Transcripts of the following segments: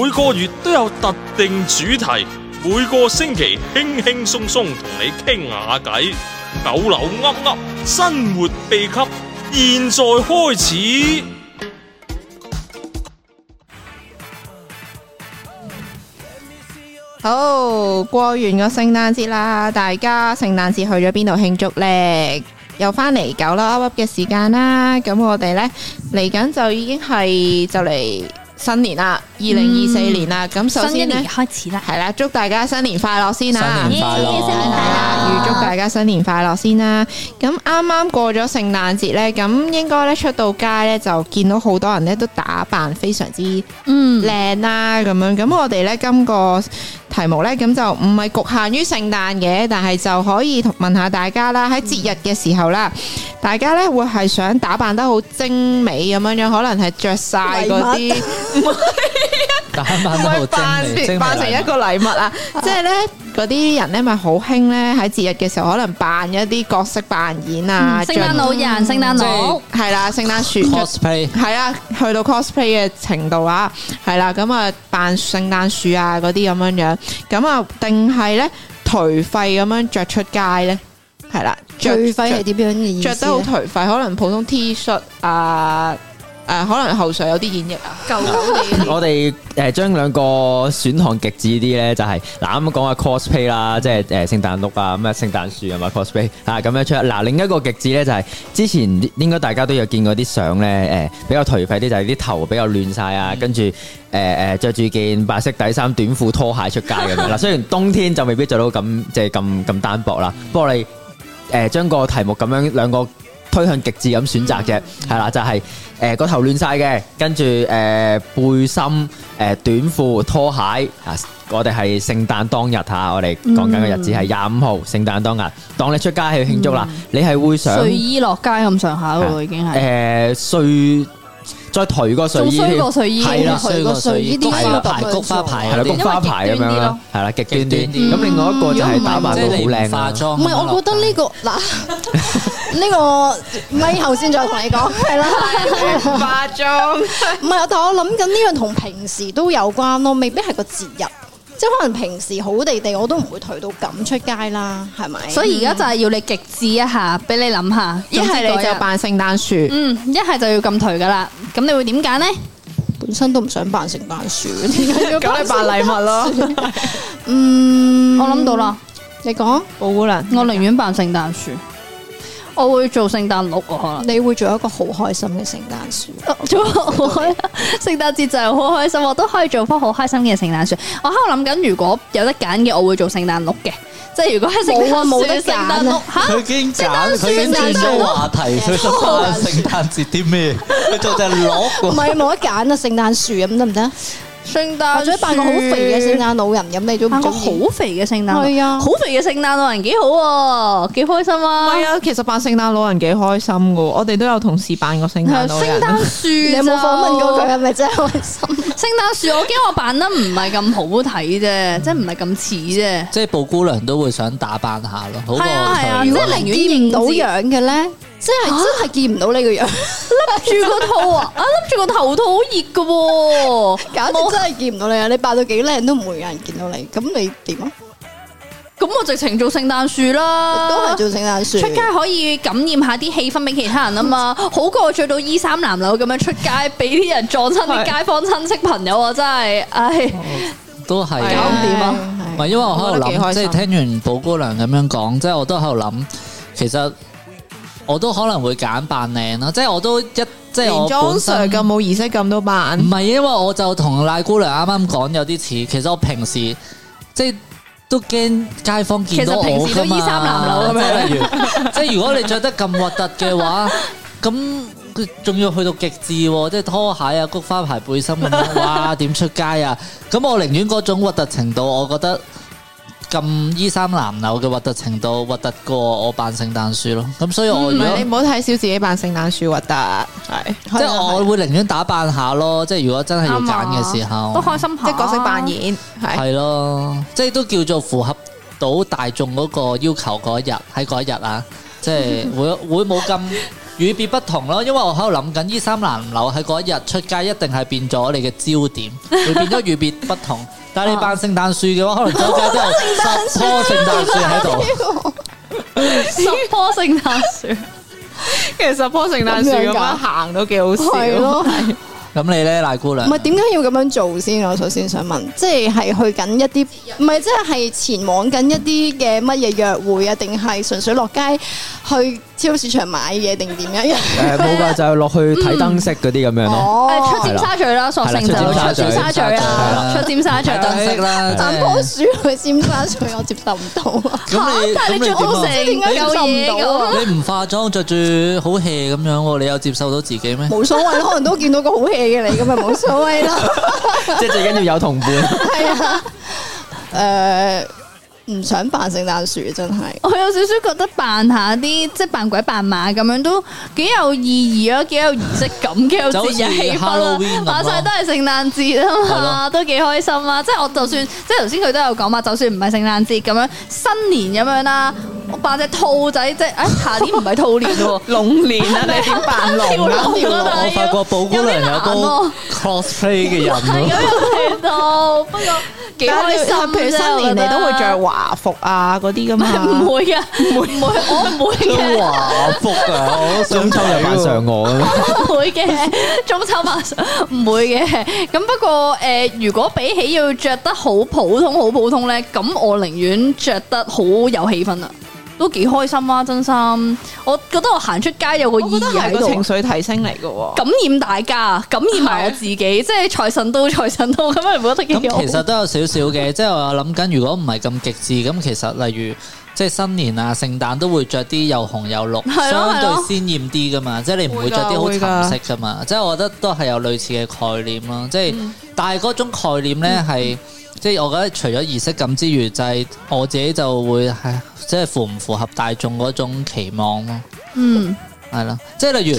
每個月都有特定主題，每個星期輕輕鬆鬆同你傾下偈，九樓噏噏生活秘笈，現在開始。好，過完個聖誕節啦，大家聖誕節去咗邊度慶祝呢？又翻嚟九啦 up up 嘅時間啦，咁我哋呢，嚟緊就已經係就嚟新年啦，二零二四年啦，咁、首嗯新一先呢，年開始啦，係啦，祝大家新年快樂先啦！新年快樂耶新年快係啦，樂，預祝大家新年快樂先啦！咁啱啱過咗聖誕節呢，咁應該呢，出到街呢，就見到好多人呢都打扮非常之嗯，靚啦咁樣。咁我哋呢，今個題目呢，咁就唔係局限於聖誕嘅，但係就可以同問下大家啦。喺嗯節日嘅時候啦，大家呢會係想打扮得好精美咁樣樣，可能係着晒嗰啲。 打扮得喂好扮精美，精成美扮成一個禮物 啊！即係咧，嗰啲人咧咪好興咧喺節日嘅時候，可能扮一啲角色扮演啊，嗯嗯聖誕老人、聖誕佬，係啦，聖誕樹禮物着 cosplay 係啦，去到 cosplay 嘅程度啊，係啦，咁啊扮聖誕樹啊嗰啲咁樣樣，咁啊定係咧頹廢咁樣着出街咧，係啦，着最廢啊係點樣嘅意思着呢？得好頹廢，可能普通 T 恤啊，誒可能後上有啲演繹啊，舊嗰啲我哋誒將兩個選項極致啲咧，就係嗱啱啱講下 cosplay 啦，即係誒聖誕屋啊，咁啊聖誕樹啊嘛 cosplay 啊咁樣出。嗱另一個極致咧就係之前應該大家都有見過啲相咧，誒比較頹廢啲就係啲頭比較亂晒啊，跟住誒誒著住件白色底衫、短褲、拖鞋出街咁 樣。嗱雖然冬天就未必做到咁即係咁咁單薄啦，不過你誒將個題目咁樣兩個推向極致咁選擇嘅，係啦，就係誒個頭亂晒嘅，跟住誒背心、誒、短褲、拖鞋啊！我哋係聖誕當日嚇，我哋講緊嘅日子係廿五號聖誕當日，當你出街去慶祝啦，你係會想啊睡衣落街咁上下係咯，已經係，誒睡再頹個睡仲衣衰添過睡衣，係啦衰過睡衣啲菊花花牌、咁樣菊花牌係啦，菊花牌咁嗰啲，樣啦，係啦，極端極啲。端啲咁另外一個就係打扮係到好因為唔靚啊靚化啦。啊妝。唔係，我覺得呢個嗱 呢個咪後先再同你講係啦。 化妝。唔係，但我諗緊呢樣同平時都有關咯，未必係個節日，即係可能平時好地地我都唔會頹到咁出街啦，係咪？所以而家就係要你極致一下，俾你諗下，一係你就，扮聖誕樹，嗯，一係就要咁頹噶啦，咁你會點揀呢？本身都唔想扮聖誕樹，點解要咁你扮禮物咯。 嗯，我諗到啦，你講，布姑娘，我寧願扮聖誕樹，嗯我會做聖誕鹿喎可能。你會做一個好開心嘅聖誕 樹。 做我好開聖誕節就係好開心，我都可以做棵好開心嘅聖誕樹。我喺度諗緊，如果有得揀嘅，我會做聖誕鹿嘅，即係如果係聖誕冇啊樹冇得聖誕揀鹿啊嚇已經揀，佢已經轉咗話題，佢想講聖誕節啲咩？佢做隻唔鹿係冇得揀啊！聖誕樹咁得唔得？聖誕或者扮個好肥嘅聖誕老人咁，你都唔扮個中好意？肥嘅聖誕，哦係啊好肥嘅聖誕老人幾好喎，幾開心啊！係啊，其實扮聖誕老人幾開心噶，我哋都有同事扮過聖誕係老聖人。啊誕樹， 你你有冇訪問過佢？係啊咪真係開心？聖誕樹，我驚我扮得唔係咁好睇啫，即係唔係咁似啫。即係布姑娘都會想打扮下咯，好過係啊係啊佢即即係係寧願你見唔到認字樣嘅咧，即係真係見唔到你個樣。住個肚啊，啊笠住個頭套好熱噶喎，假設真係見唔到你啊！你扮到幾靚都唔會有人見到你，咁你點啊？咁我直情做聖誕樹啦，都係做聖誕樹。出街可以感染下啲氣氛俾其他人啊嘛，好過着到衣衫襤褸咁樣出街，俾啲人撞親啲街坊親戚朋友啊，真係，唉，都係 Ờ, 搞啊唔掂啊唔係係因為我喺度我覺得幾開諗，即心係聽完布姑娘咁樣講，即係我都喺度諗，其實我都可能會揀扮靚啦，即係我都一即係連我 John 本 Sir 身咁冇儀式感都扮唔，係，因為我就同賴姑娘啱啱講有啲似，其實我平時即係都驚街坊見到我其實平時都㗎嘛衣衫襤褸咁樣即係例如，即係如果你着得咁核突嘅話，咁佢仲要去到極致喎，即係拖鞋啊、菊花牌背心咁樣，哇點出街啊！咁我寧願嗰種核突程度，我覺得。咁衣衫襤褸嘅核突程度，核突過我扮聖誕樹咯。咁所以我唔如果係你唔好睇小自己扮聖誕樹核突，係即係我會寧願打扮下咯。即係如果真係要啱啊揀嘅時候，都開心下，即係角色 扮，演係。係咯，即係都叫做符合 到大眾嗰個要求嗰一日喺嗰一日啊，即係會會冇咁與別不同咯，因為我喺度諗緊衣衫襤褸喺嗰一日出街一定係變咗你嘅 焦點，會變咗與別不同。但係你扮聖誕樹嘅話，可能周街都 有十棵聖誕樹喺度。十棵聖誕樹，其實棵聖誕樹咁咁樣樣㗎行都幾好笑。。係咯，咁你咧，賴姑娘唔係點解要咁樣做先啊？我首先想問，即係係去緊一啲，唔係即係前往緊一啲嘅乜嘢約會啊？定係純粹落街去超市場買嘢定點樣？ 誒冇㗎，就係落去睇燈飾嗰啲咁樣咯。哦，誒出尖沙咀啦，索性就係啦出出尖尖沙沙咀咀係啦啊，出尖沙咀。睇燈飾啦，即斬係棵樹去尖沙咀，我接受唔到啊！咁你但係你咁你着點好成啊？嚿嘢咁，你唔化妝着住好 hea 咁樣喎，你有接受到自己咩？冇所謂，可能都見到個好 hea 嘅你咁咪冇所謂啦。 嗯 即係最緊要有同 伴。係啊，誒，唔想扮聖誕樹真係。我有少少覺得扮下啲即係扮鬼扮馬咁樣都幾有意義啊，幾有儀式感，幾有節日氣氛就好似 Halloween 咁啦。咯話晒都係聖誕節係啊 咯嘛，都幾開心啊！即係我就算即係頭先佢都有講嘛，就算唔係聖誕節咁樣，新年咁樣啦，我扮只兔仔即係，哎下年唔係兔年喎 龍年啊，你點扮龍 啊？跳樓我發覺寶姑娘有有啲難個喎 cosplay 嘅人 係咁喎，又睇到，不過幾開心啫譬如新年你都會 着華服啊嗰啲噶嘛？唔會嘅，唔會，我唔會嘅。華服啊， 我都中秋又扮上我啊咁樣。 唔會嘅，中秋晚上唔會嘅。咁不過誒、呃如果比起要着得好普通、好普通咧，咁我寧願着得好有氣氛啊，都幾開心啊！真心，我覺得我行出街有個意我覺得義係喺個度情啊。緒提升嚟噶喎。感染大家，感染埋我自己，即係財神到財神到咁樣，唔覺得咁幾好？其實都有少少 嘅，即係我諗緊，如果唔係咁極致，咁其實例如即係新年啊、聖誕都會着啲又紅又綠，係咯相係咯對鮮豔啲噶嘛，即係你唔會會㗎着啲好會㗎沉色噶嘛，即係我覺得都係有類似嘅概念咯，即係嗯但係嗰種概念呢係。即係我覺得除咗儀式感之餘，就係、我自己就會係即係符唔符合大眾嗰種期望咯，嗯，係啦，即係例如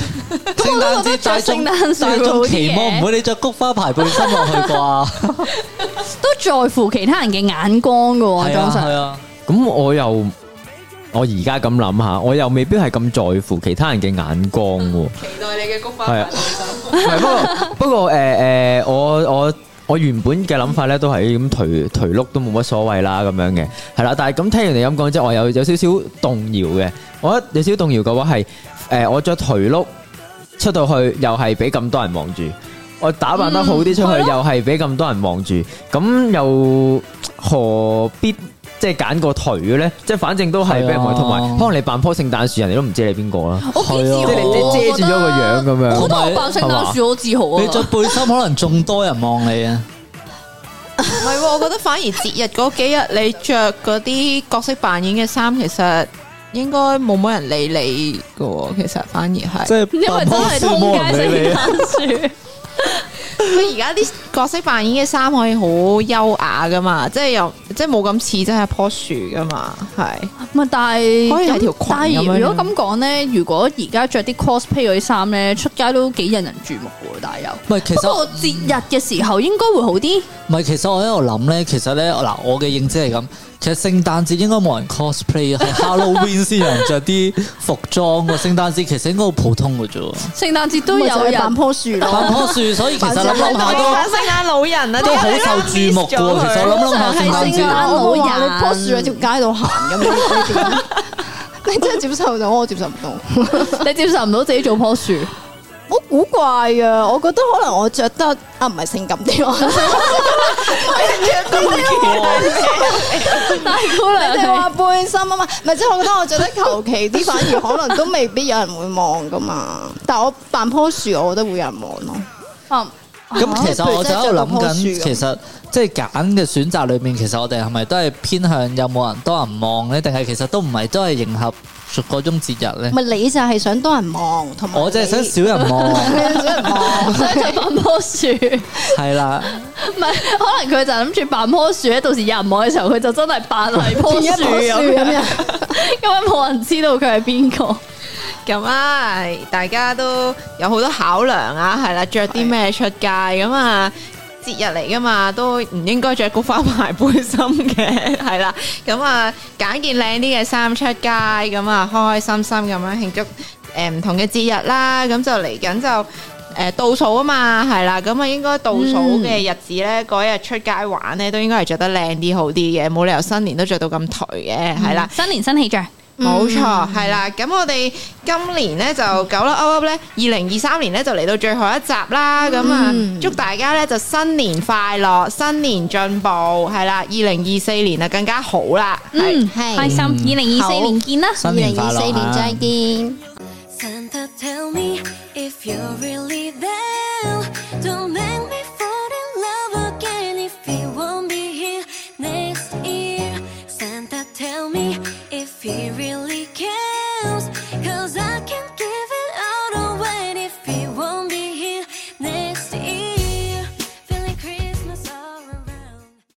聖 誕我都覺得節着大眾聖誕樹大好眾啲期望唔嘅，會你着菊花牌背心落去啩， 都在乎其他人嘅眼光嘅喎，係啊通常係啊。咁我又我而家咁諗下，我又未必係咁在乎其他人嘅眼光喎。期待你嘅菊花係啊唔係不過 不過誒誒、呃我我我原本嘅諗法咧都係咁頹頹碌都冇乜所謂啦咁樣嘅，係啦。但係咁聽完你咁講之後，我有有少少動搖嘅。我覺得有少少動搖嘅話係誒、呃我着頹碌出到去又係俾咁多人望住，我打扮得好啲出去、嗯係咯又係俾咁多人望住，咁又何必？即係揀個頹嘅咧，即係反正都係俾人圍同埋係啊，可能你扮棵聖誕樹，人哋都唔知你邊個啦，我幾自係啊豪即係你啊，你遮住咗個樣咁樣。我覺得我扮聖誕樹好自豪啊！你着背心可能仲多人望你啊！唔係喎，我覺得反而節日嗰幾日你着嗰啲角色扮演嘅衫，其實應該冇乜人理你噶喎。其實反而係，係因為真係通街聖誕樹，佢而家啲角色扮演嘅衫可以好優雅噶嘛，即係又即係冇咁似真係一棵樹噶嘛，係。唔係啊但係可以係條裙咁但咁樣係如果咁講咧，如果而家着啲 cosplay 嗰啲衫咧，出街都幾引人注目喎，大有。唔係其不實過節日嘅時候應該會好啲，唔係其實我喺度諗咧，其實咧嗱，我嘅認知係咁，其實聖誕節應該冇人 cosplay，係啊 Halloween 先有人着啲服裝喎。聖誕節其實應該好普通嘅啫喎，聖誕節都咪就有係人 扮棵樹哦咯。扮棵樹，所以其實諗諗下都聖誕老人啊，都好受注目嘅喎。其實我諗諗下聖誕啊聖誕節，老人我話你棵樹喺條街度行咁 樣，你點啊你真係接受到，我接受唔到。你接受唔到自己做棵樹，好古怪啊！我覺得可能我着得啊，唔係性感啲 喎。但係姑你哋話娘背心啊嘛，咪即係我覺得我着得求其啲，反而可能都未必有人會望噶嘛。但係我扮棵樹，我覺得會有人望咯。啊咁其實我就喺度諗緊，其實即係揀嘅選擇裏面，其實我哋係咪都係偏向有冇人多人望咧？定係其實都唔係都係迎合嗰種節日咧？咪你就係想多人望，同埋我就係想你少人望，你啊想人 望。所以就啊扮棵樹，唔係啦，係可能佢就諗住扮棵樹咧，到時有人望嘅時候，佢就真係扮係棵變一樹棵樹咁咁樣，樣，因為冇人知道佢係邊個。咁啊，大家都有好多考量啊，係啦，着啲咩出街咁啊。節日嚟噶嘛，都唔應該着菊花牌背心嘅，係啦。咁啊，揀件靚啲嘅衫出街，咁啊，開開心心咁樣慶祝誒唔同嘅 節日啦，咁就嚟緊就誒倒數啊嘛，係啦，咁啊應該倒數嘅日子咧，嗰日出街玩咧都應該係着得靚啲好啲嘅，冇理由新年都着到咁頹嘅，係啦。新年新氣象，冇錯，係啦。咁我哋今年呢，就九粒歐歐呢，二零二三年呢，就嚟到最後一集啦。咁啊、祝大家呢，就新年快樂，新年進步，係啦。二零二四年啊，更加好啦。係嗯，係開心，二零二四年見啦。二新年零快二四樂年啊再！見。 Santa, tell me if you're really there. Don't make me fall in love again if you won't be here next year. Santa, tell me if you really.